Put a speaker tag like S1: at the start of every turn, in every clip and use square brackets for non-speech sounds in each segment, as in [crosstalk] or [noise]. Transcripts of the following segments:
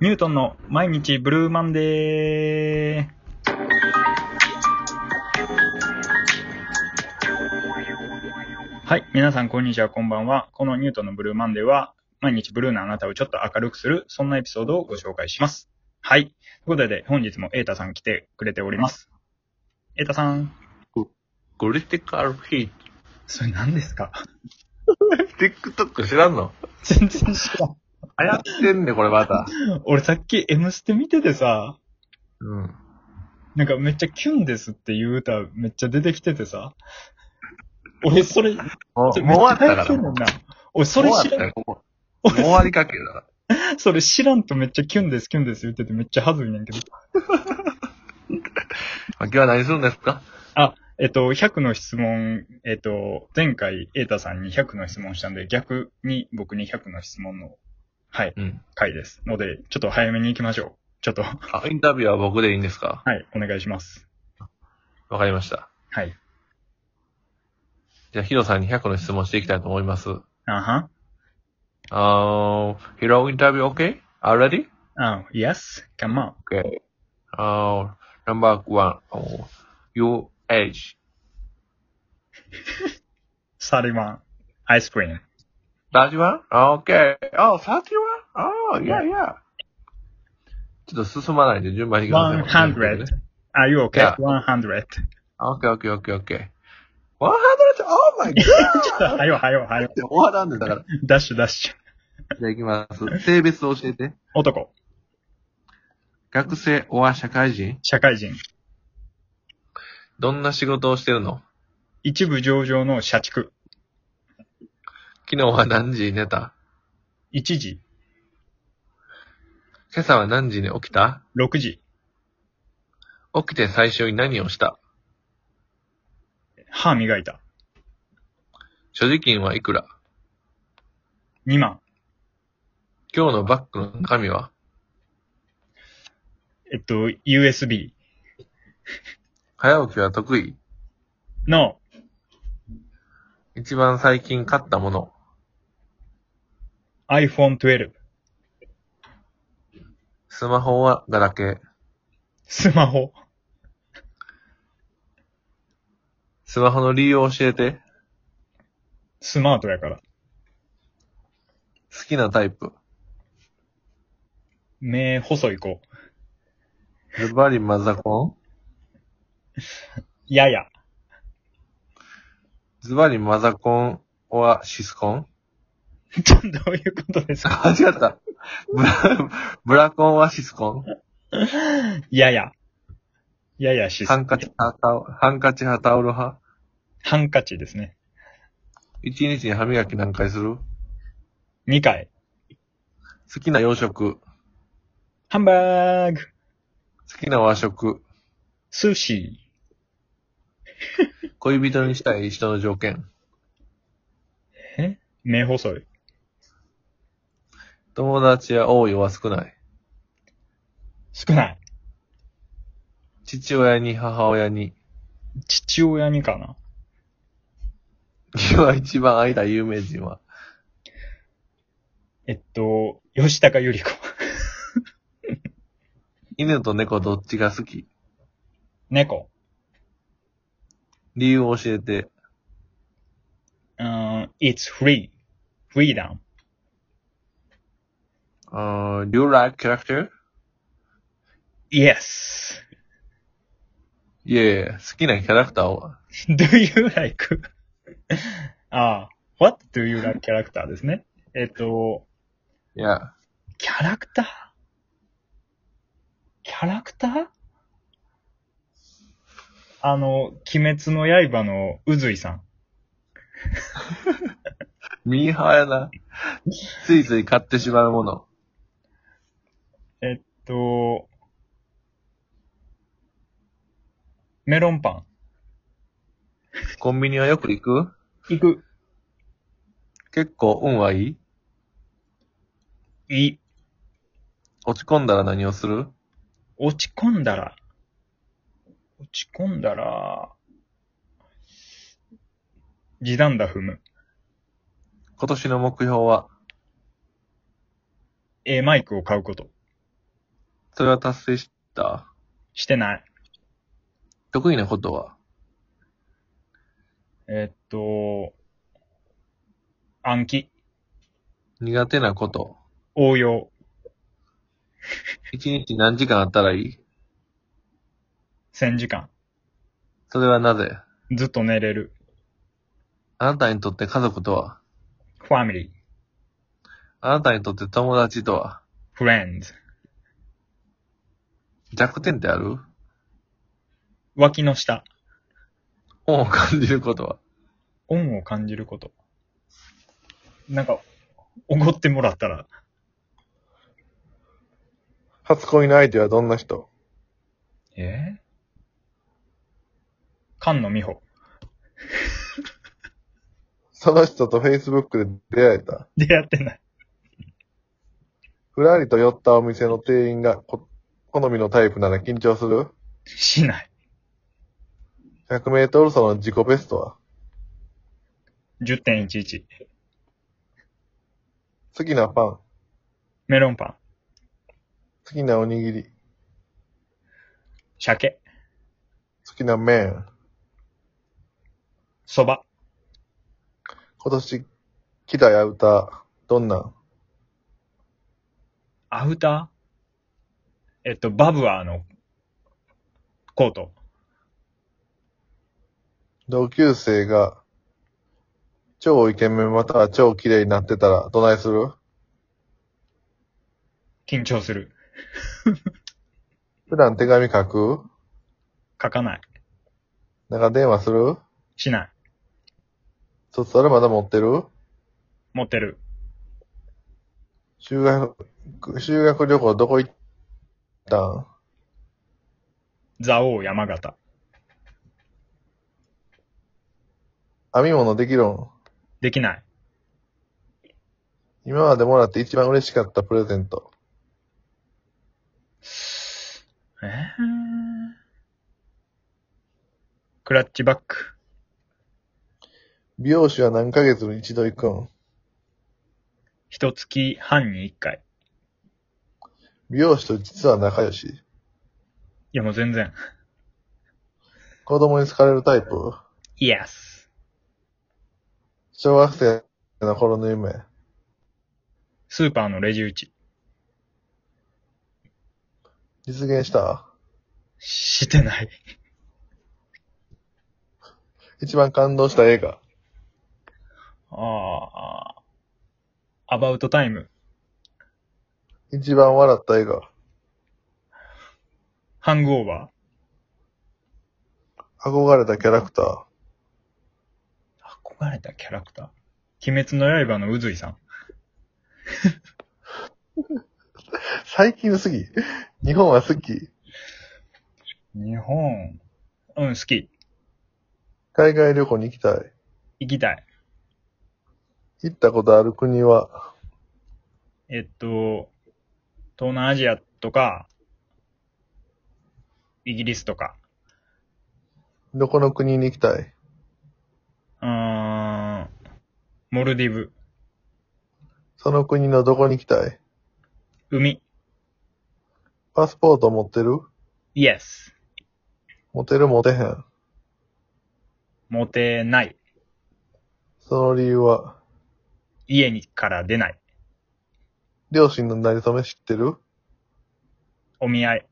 S1: ニュートンの毎日ブルーマンデー。はい。皆さん、こんにちは、こんばんは。このニュートンのブルーマンデーは、毎日ブルーなあなたをちょっと明るくする、そんなエピソードをご紹介します。はい。ということで、本日もエータさん来てくれております。エータさん。
S2: クリティカルヒート。
S1: それ何ですか [laughs]
S2: TikTok 知らんの
S1: 全然知らん。
S2: 流行ってんね、これまた。
S1: 俺さっき M ステ見ててさ、
S2: うん。
S1: なんかめっちゃキュンですっていう歌めっちゃ出てきて
S2: [laughs]
S1: てさ。俺それ、
S2: もう、もう
S1: ち
S2: 終
S1: ょ
S2: わったから。
S1: め
S2: もう
S1: っちゃ大変やねんな。俺それ
S2: 終
S1: 知
S2: わった
S1: らん
S2: よ、ここもう終わりかけだから。
S1: それ知らんとめっちゃキュンです、キュンです言っててめっちゃ恥ずいねんけど。
S2: まあ今日は何するんですか
S1: えっと、100の質問、えっと、前回、エータさんに100の質問したんで、逆に僕に100の質問の、はい、
S2: うん。
S1: 回です。ので、ちょっと早めに行きましょう。ちょっと、は
S2: あ、インタビューは僕でいいんですか
S1: い、お願いします。
S2: わかりました。
S1: はい。
S2: じゃあ、ヒロさんに100の質問していきたいと思います。
S1: あは。
S2: Uh, Hiro interview okay? Are ready?
S1: あ、yes, come on.
S2: Okay. Uh, number one. Oh, your age.
S1: 31, アイスクリーム。
S2: 31? Okay. Oh, 31? Oh, yeah, yeah. ちょっと進まないで順番に行きましょう
S1: 100. Are you okay?
S2: Yeah.
S1: 100.
S2: Okay, okay, okay, okay. 100? Oh my god!
S1: ちょっと、 [laughs] はよはよはよ。
S2: 終わらんでだから。 [laughs]
S1: ダッシュダッシュ。
S2: じゃあ行きます。性別を教えて。
S1: 男、
S2: 学生、おは社会人
S1: 社会人、
S2: どんな仕事をしてるの
S1: 一部上場の社畜、
S2: 昨日は何時に寝た
S1: 1時、
S2: 今朝は何時に起きた
S1: 6時、
S2: 起きて最初に何をした
S1: 歯磨いた、
S2: 所持金はいくら
S1: 2万、
S2: 今日のバッグの中身は
S1: えっと、USB、
S2: 早起きは得意
S1: の、
S2: 一番最近買ったもの
S1: iPhone 12、
S2: スマホはガラケー。
S1: スマホ、
S2: スマホの理由を教えて。
S1: スマートやから、
S2: 好きなタイプ。
S1: 目細い子、
S2: ズバリマザコン
S1: やや、 [laughs]
S2: ズバリマザコンはシスコン
S1: ちょっとどういうことですか
S2: あ、違った。ブラ、ブラコンはシスコン
S1: やや、ややし、
S2: ハンカチ派、タオハンカチ派、タオル派
S1: ハンカチですね。
S2: 一日に歯磨き何回する
S1: 2回、
S2: 好きな洋食、
S1: ハンバーグ、
S2: 好きな和食、
S1: 寿司、
S2: 恋人にしたい人の条件、
S1: え目細い、
S2: 友達は多いは少ない、
S1: 少ない、
S2: 父親に母親に、
S1: 父親にかな。
S2: 今一番会いたい有名人は、
S1: えっと、吉高由里子。
S2: 犬と猫どっちが好き
S1: [laughs] 猫。
S2: 理由を教えて、
S1: うーん、it's free. freedom.
S2: あー do you like character?
S1: Yes. [laughs]
S2: いえいえ、好きなキャラクターは、
S1: Do you like? [laughs] ああ、what do you like キャラクターですね。えっと、
S2: いや、
S1: キャラクターキャラクターあの、鬼滅の刃のうずいさん。
S2: ミーハーやな。ついつい買ってしまうもの。
S1: えっと、メロンパ
S2: コンビニはよく行く
S1: ン。行く。
S2: 結構運はいい
S1: いい。
S2: 落ち込んだら何をする
S1: 落ち込んだら、落ち込んだら、時短だ踏む。
S2: 今年の目標は
S1: ええマイクを買うこと。
S2: それは達成した
S1: してない。
S2: 得意なことは
S1: えっと、暗記、
S2: 苦手なこと
S1: 応用、
S2: 一日何時間あったらいい
S1: 1000時間、
S2: それはなぜ
S1: ずっと寝れる、
S2: あなたにとって家族とは
S1: ファミリー、
S2: あなたにとって友達とは
S1: フレンズ、
S2: 弱点ってある
S1: 脇の下、
S2: 恩を感じることは
S1: 恩を感じること。なんか、おごってもらったら、
S2: 初恋の相手はどんな人
S1: え菅野美穂。
S2: その人と Facebook で出会えた。
S1: 出会ってない。
S2: ふらりと寄ったお店の店員がこ好みのタイプなら緊張する
S1: しない。
S2: 100メートル走の自己ベストは
S1: 10.11。
S2: 好きなパン、好
S1: メロンパン。
S2: きなおにぎり、
S1: 鮭。
S2: 好きな麺。
S1: 蕎麦。
S2: 今年来たや歌、どんなん
S1: アウターえっと、バブアーのコート。
S2: 同級生が超イケメンまたは超綺麗になってたらどないする
S1: 緊張する。
S2: 普段手紙書く
S1: 書かない。
S2: 長電話する
S1: しない。
S2: 卒アルまだ持ってる
S1: 持ってる。
S2: 修学、修学旅行どこ行ったん
S1: ザオー山形。
S2: 編み物できるん
S1: できない。
S2: 今までもらって一番嬉しかったプレゼント。
S1: えー、クラッチバック。
S2: 美容師は何ヶ月に一度行くん
S1: 一月半に一回。
S2: 美容師と実は仲良し。
S1: いやもう全然。
S2: 子供に好かれるタイプ
S1: イエス。
S2: 小学生の頃の夢。
S1: スーパーのレジ打ち。
S2: 実現した
S1: してない。
S2: 一番感動した映画。
S1: ああ。アバウトタイム。
S2: 一番笑った映画。
S1: ハングオーバ
S2: 憧れたキャラクター。
S1: ー。憧れたキャラクター。鬼滅の刃の渦井さん。
S2: 最近すぎ。日本は好き。
S1: 日本。うん、好き。
S2: 海外旅行に行きたい。
S1: 行きたい。
S2: 行ったことある国は、
S1: えっと、東南アジアとか、イギリスとか。
S2: どこの国に行きたいう
S1: ーん。モルディブ。
S2: その国のどこに行きたい
S1: 海。
S2: パスポート持ってる
S1: イエス。
S2: 持てる持てへん。
S1: モテない。
S2: その理由は、
S1: 家にから出ない。
S2: 両親の馴れ初め知ってる
S1: お見合い。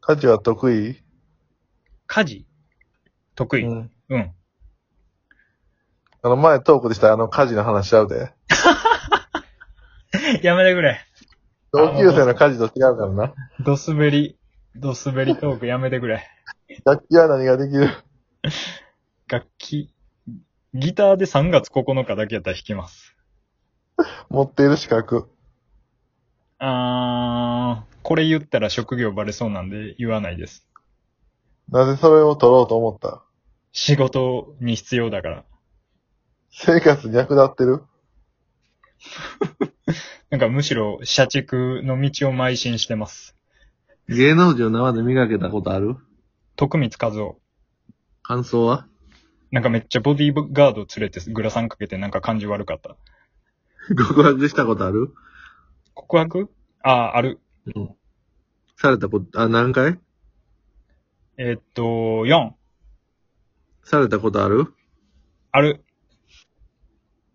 S2: 家事は得意
S1: 家事得意。
S2: うん。
S1: うん。
S2: あの前トークでしたあの家事の話しちゃうで。
S1: やめてくれ。
S2: 同級生の家事と違うからな。
S1: ドスベリ、ドスベリトークやめてくれ。
S2: 楽器は何ができる
S1: 楽器、ギターで3月9日だけやったら弾きます。
S2: 持っている資格。
S1: あー、これ言ったら職業バレそうなんで言わないです。
S2: なぜそれを取ろうと思った
S1: 仕事に必要だから。
S2: 生活に役立ってる
S1: なんかむしろ社畜の道を邁進してます。
S2: 芸能人を生で磨けたことある
S1: 徳光和夫。
S2: 感想は [laughs]
S1: なんかめっちゃボディーガード連れてグラサンかけてなんか感じ悪かった。
S2: 告白したことある
S1: 告白あー、ある。
S2: うん。されたこと、あ、何回
S1: えっと、4。
S2: されたことある
S1: ある。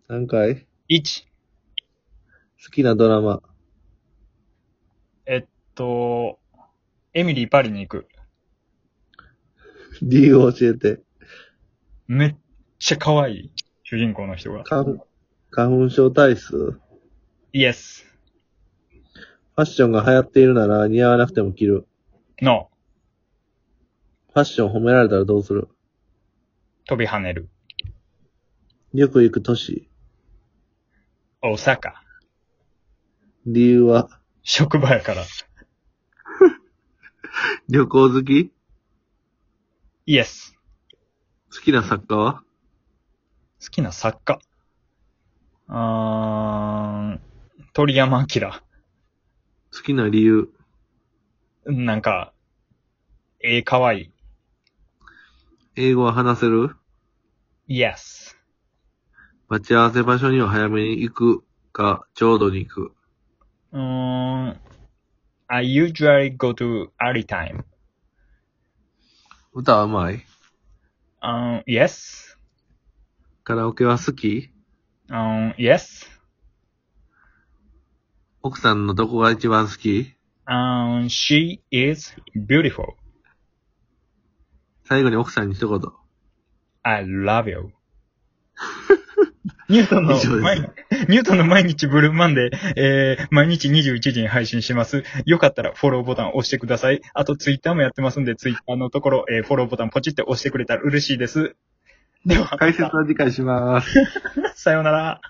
S2: 何回
S1: 1。
S2: 好きなドラマ。
S1: えっと、エミリーパリに行く。
S2: 理由を教えて。
S1: めっちゃ可愛い。主人公の人が。
S2: 花花粉症体質
S1: イエス。
S2: ファッションが流行っているなら似合わなくても着る。
S1: ノ
S2: ファッション褒められたらどうする
S1: ー。飛び跳ねる。
S2: よく行く都市。
S1: 大阪。
S2: 理由は
S1: 職場やから。
S2: 旅行好き
S1: イエス。
S2: 好きな作家は
S1: 好きな作家。あーん、鳥山明。
S2: 好きな理由。
S1: なんか、ええ、可愛
S2: 英語は話せる
S1: い。イエス。
S2: 待ち合わせ場所には早めに行くか、ちょうどに行く。
S1: うーん、I usually go to early time.
S2: 歌はうまい。
S1: Um, yes.
S2: カラオケは好き
S1: Um, yes.
S2: 奥さんのどこが一番好き
S1: Um, she is beautiful.
S2: 最後に奥さんに一言。
S1: I love you. ニュートンの
S2: [laughs] 以上です
S1: 毎日、ニュートンの毎日ブルーマンデー、えー、毎日21時に配信します。よかったらフォローボタンを押してください。あとツイッターもやってますんで、ツイッターのところ、えー、フォローボタンポチって押してくれたら嬉しいです。では、
S2: 解説は次回します。
S1: さようなら。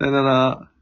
S2: さよなら。